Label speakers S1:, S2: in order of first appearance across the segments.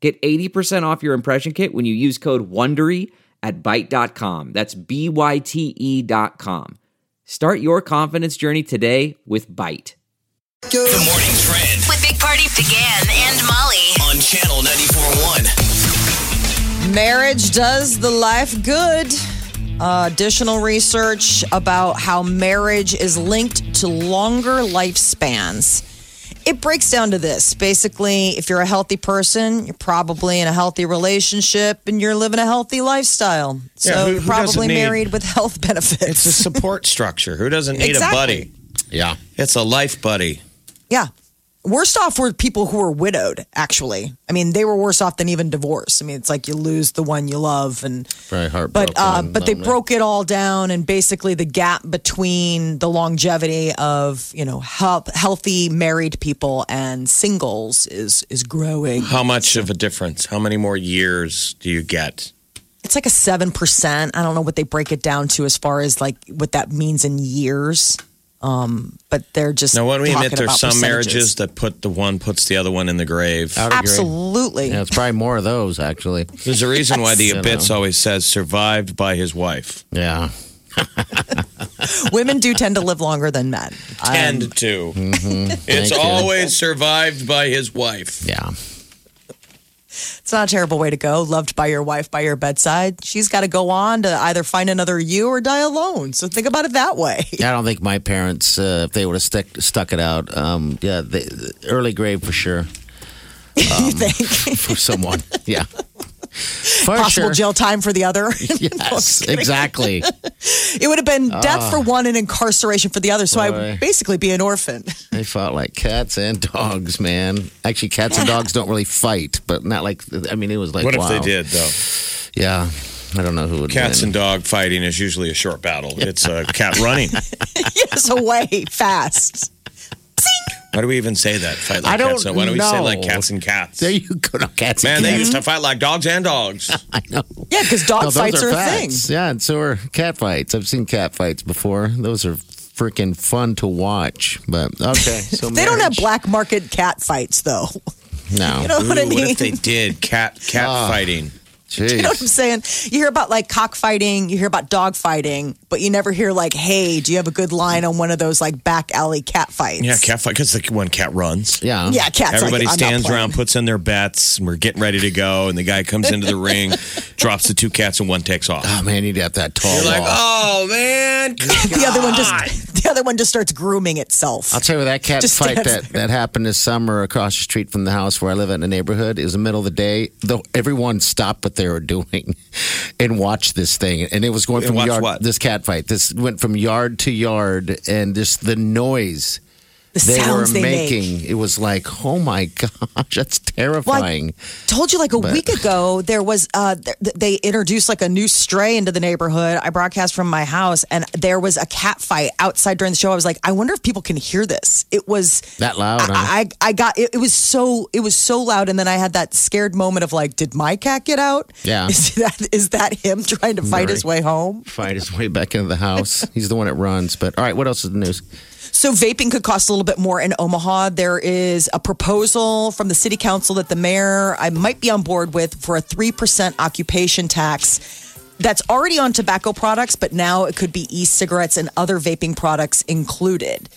S1: Get 80% off your impression kit when you use code WONDERY at Byte.com. That's B-Y-T-E E dot com. Start your confidence journey today with Byte.
S2: The morning trend
S3: With Big Party began and Molly.
S2: on channel 94.1.
S4: Marriage does the life good. Uh, additional research about how marriage is linked to longer lifespans. It breaks down to this. Basically, if you're a healthy person, you're probably in a healthy relationship and you're living a healthy lifestyle. So
S5: Yeah, who-
S4: you're
S5: who doesn't
S4: probably
S5: need-
S4: married with health benefits.
S5: It's a support structure. Who doesn't need
S4: Exactly.
S5: a buddy?
S6: Yeah.
S5: It's a life buddy.
S4: Yeah. Worst off were people who were widowed, actually. I mean, they were worse off than even divorce. I mean, it's like you lose the one you love and
S6: Very heartbroken
S4: But uh, but they
S6: lonely.
S4: broke it all down and basically the gap between the longevity of, you know, help, healthy married people and singles is is growing.
S5: How much of a difference? How many more years do you get?
S4: It's like a 7%. I don't know what they break it down to as far as like what that means in years. Um, but they're just
S5: Now, when we admit
S4: talking
S5: there's
S4: about
S5: some
S4: percentages.
S5: marriages that put the one puts the other one in the grave.
S4: Absolutely.
S6: Yeah, it's probably more of those actually.
S5: Uh, There's a reason why the
S6: Yes.
S5: abits always says survived by his wife.
S6: Yeah.
S4: Women do tend to live longer than men.
S5: Tend to. It's
S6: Thank you.
S5: always survived by his wife.
S6: Yeah.
S4: It's not a terrible way to go. Loved by your wife by your bedside. She's got to go on to either find another you or die alone. So think about it that way.
S6: I don't think my parents, uh, if they would have stuck stuck it out, um, yeah, they, early grave for sure Um,
S4: you think
S6: for someone. yeah. For
S4: possible
S6: sure.
S4: jail time for the other?
S6: Yes, exactly.
S4: it would have been death for one and incarceration for the other. So I would
S6: Ah. boy.
S4: basically be an orphan.
S6: They fought like cats and dogs, man. Actually, cats and dogs don't really fight, but not like. I mean, it was like.
S5: What if
S6: wow.
S5: they did though?
S6: Yeah, I don't know who would.
S5: Cats and
S6: win.
S5: dog fighting is usually a short battle. It's a cat running.
S4: Yes, away fast.
S5: Why do we even say that? Fight like
S6: I don't
S5: cats. and- Why don't we say
S6: know.
S5: like cats and cats?
S6: There you go, no, cats.
S5: Man,
S6: and
S5: they
S6: cats.
S5: used to fight like dogs and dogs.
S6: I know.
S4: Yeah, because dog
S6: No, Oh, those
S4: fights are, a thing.
S6: facts. Yeah, and so are cat fights. I've seen cat fights before. Those are freaking fun to watch. But okay, so
S4: They don't have
S6: marriage.
S4: black market cat fights though.
S6: No,
S4: You know what I
S5: Ooh,
S4: mean?
S5: if they did cat cat fighting?
S4: You know what I'm
S6: jeez.
S4: saying? You hear about like cockfighting, you hear about dog fighting, but you never hear like, hey, do you have a good line on one of those like back alley cat fights?
S5: Yeah, cat fight because the one cat runs.
S6: Yeah,
S4: Yeah, cats.
S5: Everybody
S4: like, I'm not
S5: stands
S4: playing.
S5: around, puts in their bets, and we're getting ready to go. And the guy comes into the ring, drops the two cats, and one takes off.
S6: Oh man, you'd have that tall.
S5: You're like,
S6: wall.
S5: oh man,
S4: The other one just the other one just starts grooming itself.
S6: I'll tell you what, that cat
S4: Just
S6: fight
S4: stands
S6: that, that happened this summer across the street from the house where I live in the neighborhood. It was the middle of the day. Though everyone stopped what they were doing and watched this thing. And it was going
S5: And
S6: from
S5: watch
S6: yard
S5: what?
S6: this cat fight. This went from yard to yard and just the noise
S4: the
S6: they
S4: sounds
S6: were
S4: they make.
S6: making. It was like, oh my gosh, that's terrifying.
S4: Told you like a week ago there was uh th- th- they introduced like a new stray into the neighborhood. I broadcast from my house and there was a cat fight outside during the show. I was like, I wonder if people can hear this. It was
S6: That loud, huh?
S4: I, I I got it, it was so it was so loud and then I had that scared moment of like, did my cat get out?
S6: Yeah.
S4: Is that is that him trying to fight his way home?
S6: Fight his way back into the house. He's the one that runs. But all right, what else is the news?
S4: So vaping could cost a little bit more in Omaha. There is a proposal from the city council that the mayor I might be on board with for a 3% occupation tax. That's already on tobacco products, but now it could be e-cigarettes and other vaping products included.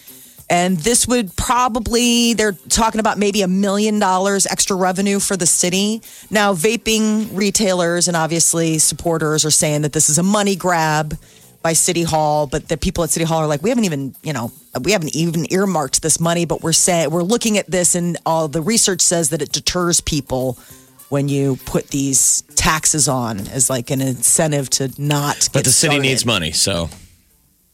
S4: And this would probably, they're talking about maybe a million dollars extra revenue for the city. Now, vaping retailers and obviously supporters are saying that this is a money grab by City Hall, but the people at City Hall are like, we haven't even, you know, we haven't even earmarked this money, but we're saying, we're looking at this and all the research says that it deters people when you put these taxes on as like an incentive to not
S5: But
S4: get
S5: the city
S4: started.
S5: needs money, so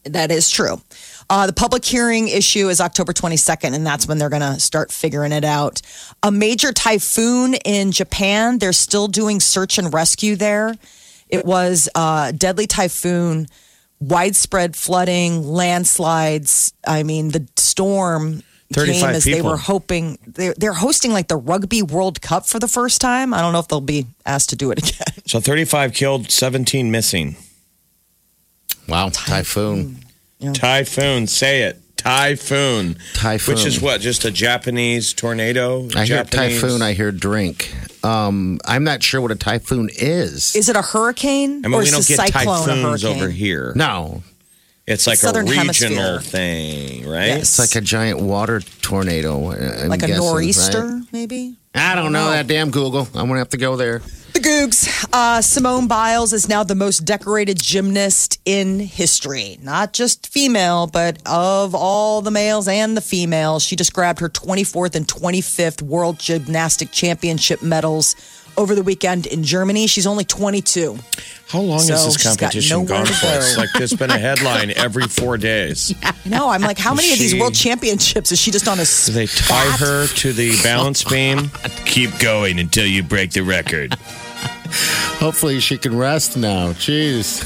S4: That is true. Uh, the public hearing issue is October 22nd, and that's when they're going to start figuring it out. A major typhoon in Japan. They're still doing search and rescue there. It was uh, deadly typhoon, widespread flooding, landslides. I mean, the storm came
S5: 35
S4: as they
S5: people.
S4: were hoping. They're, they're hosting like the Rugby World Cup for the first time. I don't know if they'll be asked to do it again.
S5: So 35 killed, 17 missing.
S6: Wow, typhoon.
S5: Typhoon, say it. Typhoon.
S6: Typhoon.
S5: Which is what? Just a Japanese tornado?
S6: I hear
S5: Japanese-
S6: typhoon. I hear drink. Um, I'm not sure what a typhoon is.
S4: Is it a hurricane
S5: I mean,
S4: or
S5: we
S4: is
S5: don't
S4: a
S5: get
S4: cyclone a
S5: typhoons
S4: hurricane?
S5: over here.
S6: no,
S5: It's like
S4: Southern
S5: a
S4: hemisphere.
S5: regional thing, right?
S4: Yes.
S6: it's like a giant water tornado. uh, I'm
S4: like a
S6: guessing,
S4: nor'easter,
S6: right?
S4: maybe.
S6: I don't know that damn Google. I'm gonna have to go there.
S4: The Googs. Uh, Simone Biles is now the most decorated gymnast in history. Not just female, but of all the males and the females. She just grabbed her 24th and 25th World Gymnastic Championship medals over the weekend in Germany. She's only 22.
S5: How long
S4: So
S5: has this
S4: she's got
S5: competition
S4: nowhere
S5: gone
S4: to
S5: for?
S4: go.
S5: It's like there's been a headline every four days.
S4: I know. I'm like, how many of these
S5: She-
S4: world championships is she just on a. s-
S5: Do they tie her to the balance beam? Keep going until you break the record.
S6: Hopefully she can rest now. Jeez.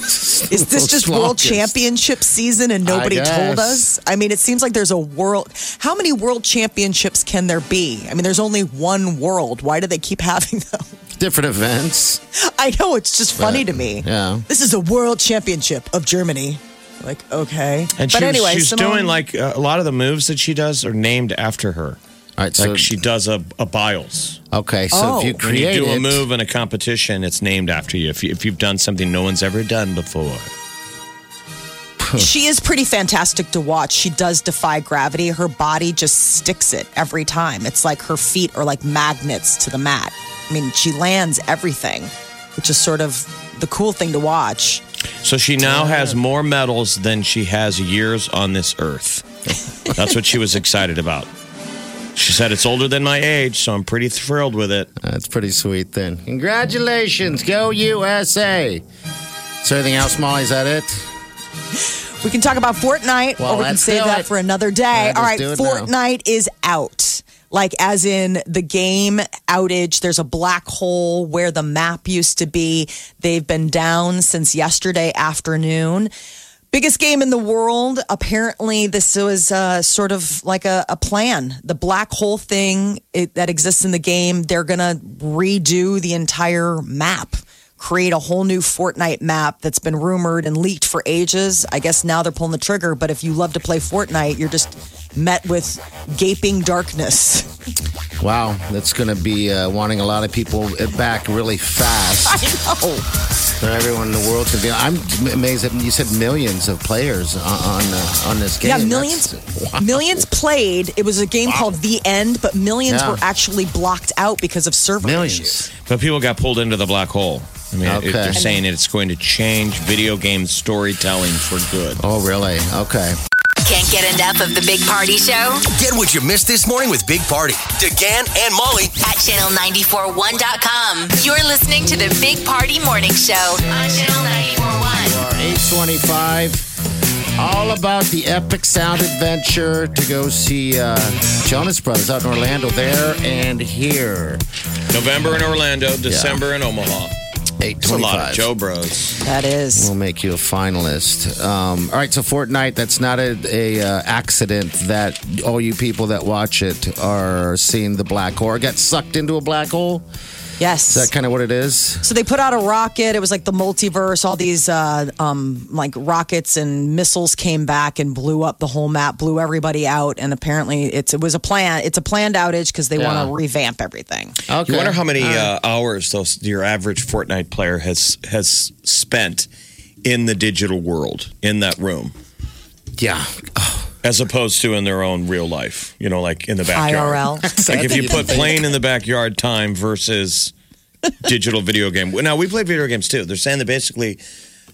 S4: Is this just world championship season and nobody
S6: I
S4: told
S6: guess.
S4: us? I mean, it seems like there's a world. How many world championships can there be? I mean, there's only one world. Why do they keep having them?
S6: Different events.
S4: I know it's just funny to me.
S6: yeah.
S4: This is a world championship of Germany. Like, okay.
S5: And
S4: but
S5: she was-
S4: anyway,
S5: she's
S4: Simone-
S5: doing like uh, a lot of the moves that she does are named after her.
S6: All right, so
S5: Like she does a, a Biles.
S6: okay. So
S4: Oh.
S6: if you
S5: When you
S6: create
S5: do a
S6: it-
S5: move in a competition, it's named after you. If, you. if you've done something no one's ever done before,
S4: She is pretty fantastic to watch. She does defy gravity. Her body just sticks it every time. It's like her feet are like magnets to the mat. I mean, she lands everything, which is sort of the cool thing to watch.
S5: so she now has more medals than she has years on this earth. That's what she was excited about. She said, "It's older than my age, so I'm pretty thrilled with it."
S6: That's pretty sweet then. Congratulations. Go USA. Is there anything else, Molly? Is that it?
S4: We can talk about Fortnite,
S6: Well,
S4: or we can
S6: let's
S4: save
S6: do
S4: that
S6: it.
S4: for another day.
S6: Yeah,
S4: All right,
S6: let's do it now.
S4: Fortnite is out. Like, as in the game outage, there's a black hole where the map used to be. They've been down since yesterday afternoon. Biggest game in the world. Apparently, this was uh, sort of like a, a plan. The black hole thing it, that exists in the game, they're going to redo the entire map create a whole new Fortnite map that's been rumored and leaked for ages. I guess now they're pulling the trigger, but if you love to play Fortnite, you're just met with gaping darkness.
S6: Wow, that's going to be uh, wanting a lot of people back really fast.
S4: Oh,
S6: For everyone in the world to be. I'm amazed that you said millions of players on on, uh, on this game.
S4: yeah, millions
S6: That's-
S4: millions played. It was a game called The End, but millions
S6: Yeah.
S4: were actually blocked out because of server issues.
S6: Millions.
S5: But people got pulled into the black hole. I mean,
S6: Okay.
S5: it- they're saying it's going to change video game storytelling for good.
S6: Oh, really? Okay.
S3: Can't get enough of the Big Party Show
S2: Get what you missed this morning with Big Party, DeGan and Molly
S3: at channel941.com. You're listening to the Big Party Morning Show on Channel 941.
S6: Our 825. All about the epic sound adventure to go see uh, Jonas Brothers out in Orlando there and here.
S5: November in Orlando, December in Omaha. It's a
S6: 825.
S5: lot of Joe Bros.
S4: That is.
S6: We'll make you a finalist. Um, all right, so Fortnite. That's not a, a uh, accident that all you people that watch it are seeing the black hole. Or got sucked into a black hole.
S4: Yes.
S6: Is that kind of what it is?
S4: So they put out a rocket. It was like the multiverse. All these uh, um, like rockets and missiles came back and blew up the whole map, blew everybody out. And apparently, it's it was a plan. It's a planned outage because they want to
S6: Yeah.
S4: revamp everything.
S6: Okay.
S5: You wonder how many uh, hours those your average Fortnite player has has spent in the digital world in that room,
S6: Yeah.
S5: as opposed to in their own real life. You know, like in the backyard.
S4: IRL.
S5: Like if you put
S6: That's-
S5: playing in the backyard time versus digital video game. Now we play video games too. They're saying that basically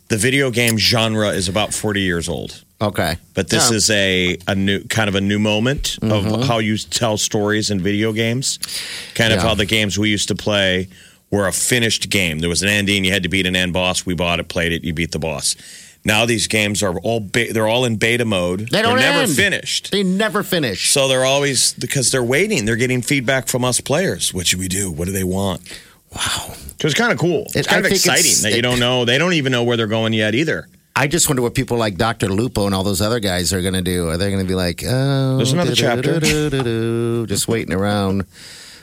S5: the video game genre is about forty years old.
S6: Okay.
S5: But this
S6: Yeah. Mm-hmm.
S5: is a, a new kind of a new moment of how you tell stories in video games. Kind of
S6: Yeah.
S5: how the games we used to play were a finished game. There was an ending, you had to beat an end boss, we bought it, played it, you beat the boss. Now these games are all be- they're all in beta mode.
S6: They don't
S5: are never
S6: end.
S5: finished.
S6: They never finish.
S5: So they're always because they're waiting. They're getting feedback from us players. What should we do? What do they want?
S6: wow.
S5: So it's kind of cool.
S6: It-
S5: It's kind of
S6: I think it's-
S5: exciting that
S6: it-
S5: you don't know. They don't even know where they're going yet either.
S6: I just wonder what people like Dr. Lupo and all those other guys are going to do. Are they going to be like, oh,
S5: There's another chapter.
S6: do-do-do-do-do-do, just waiting around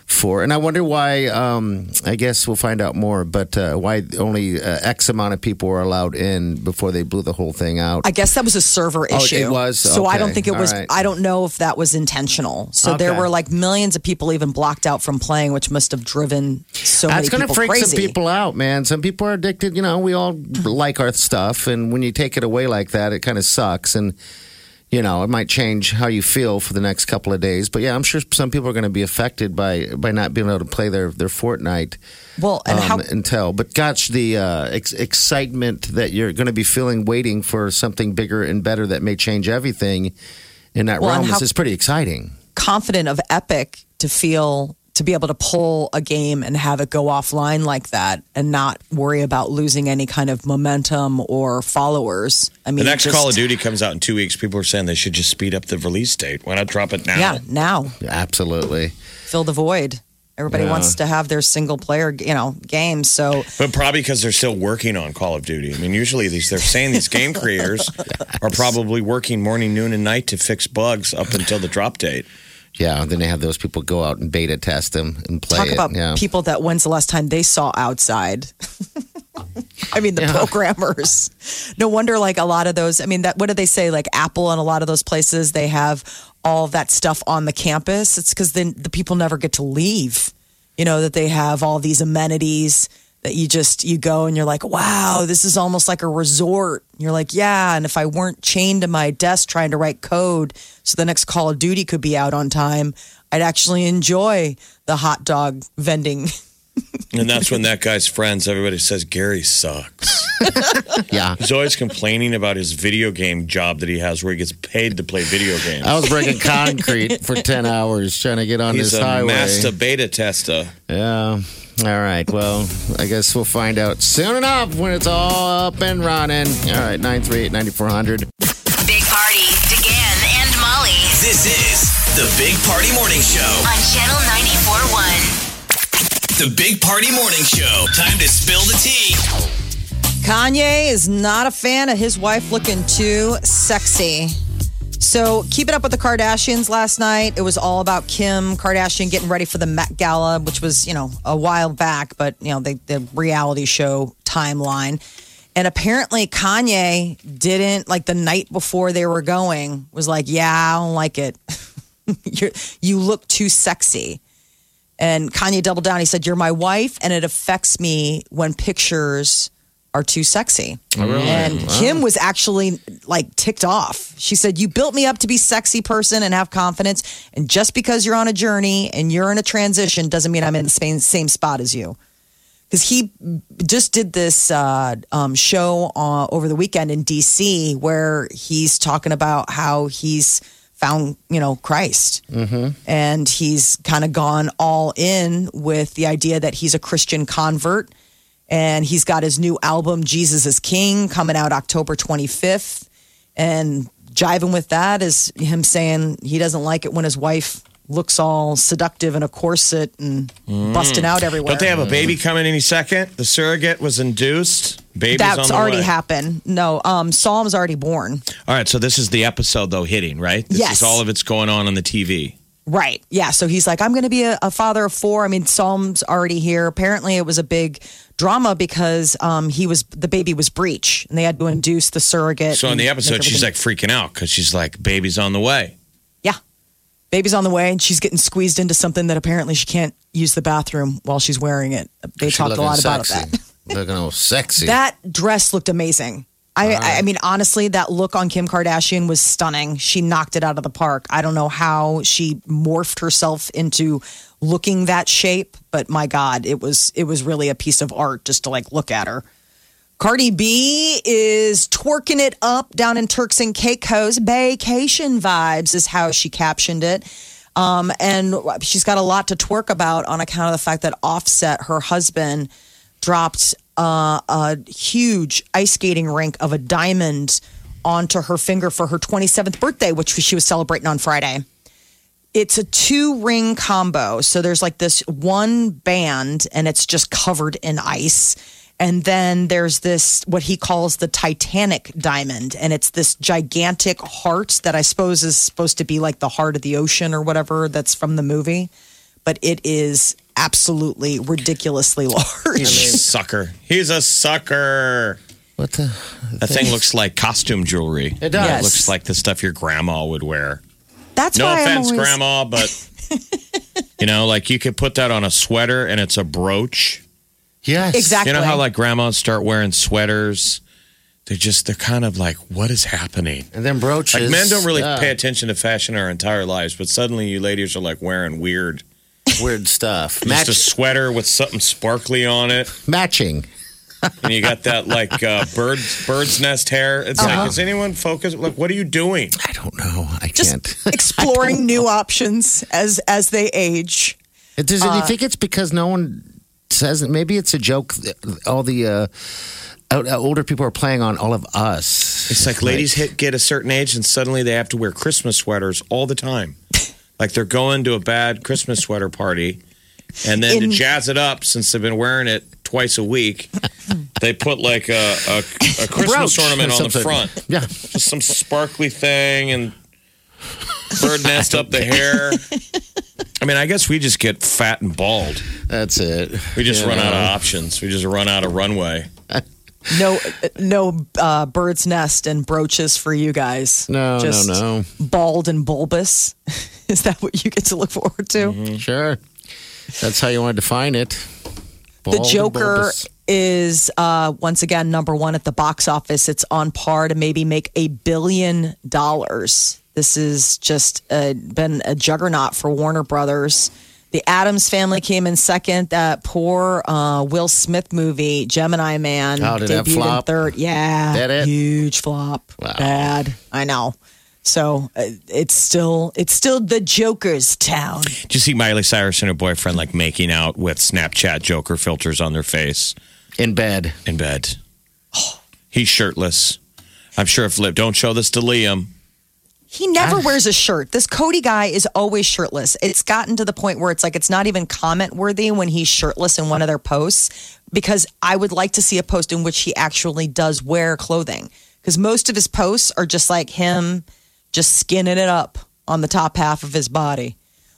S6: for? And I wonder why. Um, I guess we'll find out more, but uh, why only uh, X amount of people were allowed in before they blew the whole thing out.
S4: I guess that was a server
S6: Oh, it
S4: issue.
S6: was?
S4: So I
S6: Okay.
S4: don't think it
S6: All
S4: was.
S6: right.
S4: I don't know if that was intentional. So there
S6: Okay.
S4: were like millions of people even blocked out from playing, which must have driven so
S6: That's
S4: many
S6: going to
S4: people
S6: freak
S4: crazy.
S6: some people out, man. Some people are addicted. You know, we all like our stuff, and when you take it away like that, it kind of sucks. And you know, it might change how you feel for the next couple of days. But yeah, I'm sure some people are going to be affected by by not being able to play their their Fortnite
S4: Well, and
S6: um,
S4: how
S6: until. But gosh, the uh, ex- excitement that you're going to be feeling waiting for something bigger and better that may change everything in that
S4: Well, and
S6: realm
S4: how-
S6: is, is pretty exciting.
S4: confident of Epic to feel to be able to pull a game and have it go offline like that and not worry about losing any kind of momentum or followers. I mean,
S5: The next
S4: just-
S5: Call of Duty comes out in two weeks. People are saying they should just speed up the release date. Why not drop it now?
S4: Yeah, now
S6: Absolutely.
S4: fill the void. Everybody
S6: Yeah.
S4: wants to have their single player, you know, game. So
S5: But probably because they're still working on Call of Duty. I mean, usually these they're saying these game creators are probably working morning, noon, and night to fix bugs up until the drop date.
S6: Yeah, and then they have those people go out and beta test them and play
S4: talk
S6: it.
S4: about
S6: yeah.
S4: people that when's the last time they saw outside i mean the programmers no wonder like a lot of those i mean that what do they say like apple and a lot of those places they have all that stuff on the campus it's because then the people never get to leave you know that they have all these amenities that you just you go and you're like wow this is almost like a resort And you're like yeah and if i weren't chained to my desk trying to write code so the next call of duty could be out on time i'd actually enjoy the hot dog vending
S5: And that's when that guy's friends, everybody says Gary sucks.
S6: yeah.
S5: He's always complaining about his video game job that he has where he gets paid to play video games.
S6: I was breaking concrete for 10 hours trying to get on
S5: He's
S6: this
S5: a
S6: highway.
S5: master beta tester.
S6: Yeah. All right. Well, I guess we'll find out soon enough when it's all up and running. All right. 938 9400.
S3: Big Party, DeGan and Molly
S2: This is the Big Party Morning Show.
S3: on Channel 94.1.
S2: The Big Party Morning Show. Time to spill the tea.
S4: Kanye is not a fan of his wife looking too sexy. So, keep it up with the Kardashians last night. It was all about Kim Kardashian getting ready for the Met Gala, which was, you know, a while back, but, you know, the, the reality show timeline. And apparently, Kanye didn't, like the night before they were going, was like, yeah, I don't like it. You're, you look too sexy. And Kanye doubled down. He said, You're my wife, and it affects me when pictures are too sexy. And Kim was actually like ticked off. She said, You built me up to be sexy person and have confidence. And just because you're on a journey and you're in a transition doesn't mean I'm in the same, same spot as you. Because he just did this uh, um, show uh, over the weekend in DC where he's talking about how he's found, you know, Christ
S5: Mm-hmm.
S4: and he's kind of gone all in with the idea that he's a Christian convert. And he's got his new album, Jesus is King, coming out October 25th. And jiving with that is him saying he doesn't like it when his wife looks all seductive in a corset and busting out everywhere.
S5: Mm. Don't they have a baby coming any second? The surrogate was induced. Baby's on
S4: That's
S5: the
S4: already
S5: way.
S4: happened. No, um, Psalm's already born.
S5: All right, so this is the episode though hitting, right? This
S4: Yes.
S5: is all of it's going on on the TV.
S4: Right. Yeah. So he's like, I'm going to be a, a father of four. I mean, Psalm's already here. Apparently, it was a big drama because um, he was the baby was breech, and they had to induce the surrogate.
S5: So in the
S4: and
S5: episode,
S4: make
S5: she's
S4: everything-
S5: like freaking out because she's like, "Baby's on the way."
S4: Yeah, baby's on the way, and she's getting squeezed into something that apparently she can't use the bathroom while she's wearing it. They
S6: She
S4: talked a
S6: looking
S4: lot about
S6: sexy.
S4: that.
S6: Looking all sexy.
S4: That dress looked amazing. I, I, I mean, honestly, that look on Kim Kardashian was stunning. She knocked it out of the park. I don't know how she morphed herself into looking that shape, but my God, it was it was really a piece of art just to like look at her. Cardi B is twerking it up down in Turks and Caicos. Vacation vibes is how she captioned it. Um, and she's got a lot to twerk about on account of the fact that Offset, her husband, dropped uh, a huge ice skating rink of a diamond onto her finger for her 27th birthday, which she was celebrating on Friday it's a two ring combo. So there's like this one band and it's just covered in ice. And then there's this, what he calls the Titanic diamond. And it's this gigantic heart that I suppose is supposed to be like the heart of the ocean or whatever that's from the movie. But it is absolutely ridiculously large.
S5: sucker. He's a sucker.
S6: What the?
S5: That thing looks like costume jewelry.
S6: It does.
S5: It looks like the stuff your grandma would wear.
S4: That's
S5: No
S4: why
S5: offense,
S4: I'm always,
S5: grandma, but you know, like you could put that on a sweater and it's a brooch.
S6: Yes.
S4: Exactly.
S5: You know how like grandmas start wearing sweaters? They're just they're kind of like, what is happening?
S6: And then brooches.
S5: Like men don't really
S6: Yeah,
S5: pay attention to fashion our entire lives, but suddenly you ladies are like wearing weird
S6: weird stuff.
S5: just
S6: Match-
S5: a sweater with something sparkly on it.
S6: matching.
S5: and you got that like uh, bird bird's nest hair. It's like, is anyone focused? Like, what are you doing?
S6: I don't know. I
S4: Just
S6: can't.
S4: exploring new options as as they age.
S6: Does
S4: Uh,
S6: it, you think it's because no one says it? Maybe it's a joke. that All the uh, out- uh, older people are playing on all of us.
S5: It's like ladies hit get a certain age, and suddenly they have to wear Christmas sweaters all the time. Like they're going to a bad Christmas sweater party, and then to
S4: In-
S5: jazz it up, since they've been wearing it twice a week, they put like a, a, a Christmas
S6: brooch
S5: ornament
S6: or
S5: on the
S6: something.
S5: front,
S6: Yeah.
S5: just some sparkly thing, and bird nest up the hair. I mean, I guess we just get fat and bald.
S6: That's it.
S5: We just
S6: You
S5: run out
S6: know.
S5: of options. We just run out of runway.
S4: No, no uh, bird's nest and brooches for you guys.
S6: No,
S4: Just
S6: no, no.
S4: Bald and bulbous. Is that what you get to look forward to?
S6: Mm-hmm. Sure. That's how you want to define it. Bald
S4: The
S6: and
S4: Joker
S6: bulbous.
S4: is uh, once again number one at the box office. It's on par to maybe make a billion dollars. This has just uh, been a juggernaut for Warner Brothers. The Adams Family came in second. That poor uh, Will Smith movie, Gemini Man,
S6: How Oh, did that
S4: debuted
S6: flop?
S4: in third. Yeah,
S6: That it?
S4: huge flop.
S6: Wow.
S4: Bad. I know. So uh, it's still it's still the Joker's town.
S5: Did you see Miley Cyrus and her boyfriend like making out with Snapchat Joker filters on their face
S6: in bed.
S5: in bed? He's shirtless. I'm sure if Lip, don't show this to Liam.
S4: He never wears a shirt. This Cody guy is always shirtless. It's gotten to the point where it's like it's not even comment worthy when he's shirtless in one of their posts because I would like to see a post in which he actually does wear clothing because most of his posts are just like him just skinning it up on the top half of his body.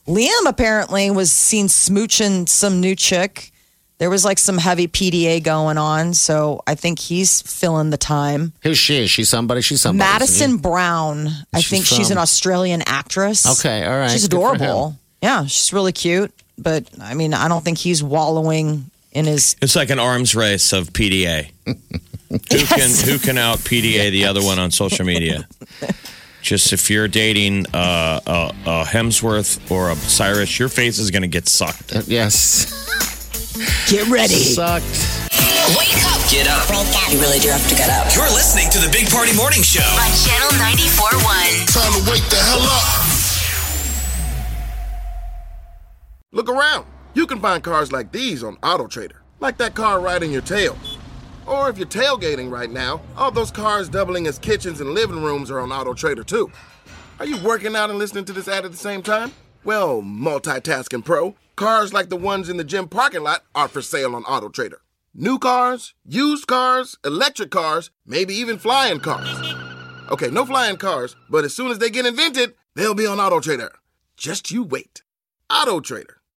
S4: Liam apparently was seen smooching some new chick. There was like some heavy PDA going on, so I think he's filling the time.
S6: Who's she? Is she somebody? She's somebody.
S4: Madison Brown. I
S6: She's
S4: think she's
S6: from-
S4: an Australian actress.
S6: Okay, all right.
S4: She's
S6: Good for
S4: adorable. Yeah, she's really cute. But I mean, I don't think he's wallowing in his.
S5: It's like an arms race of PDA. who can who can out PDA the other one on social media? Just if you're dating uh, a, a Hemsworth or a Cyrus, your face is going to get sucked.
S6: Uh, Yes.
S4: Get ready.
S6: Sucked.
S3: Wake up
S2: Get up.
S7: Oh, You really do have to get up.
S2: You're listening to the Big Party Morning Show.
S3: on Channel 94.1.
S8: Time to wake the hell up. Look around. You can find cars like these on AutoTrader, like that car riding your tail. Or if you're tailgating right now, all those cars doubling as kitchens and living rooms are on AutoTrader too. Are you working out and listening to this ad at the same time? Well, multitasking pro, cars like the ones in the gym parking lot are for sale on AutoTrader. New cars, used cars, electric cars, maybe even flying cars. Okay, no flying cars, but as soon as they get invented, they'll be on Auto Trader. Just you wait. Auto Trader.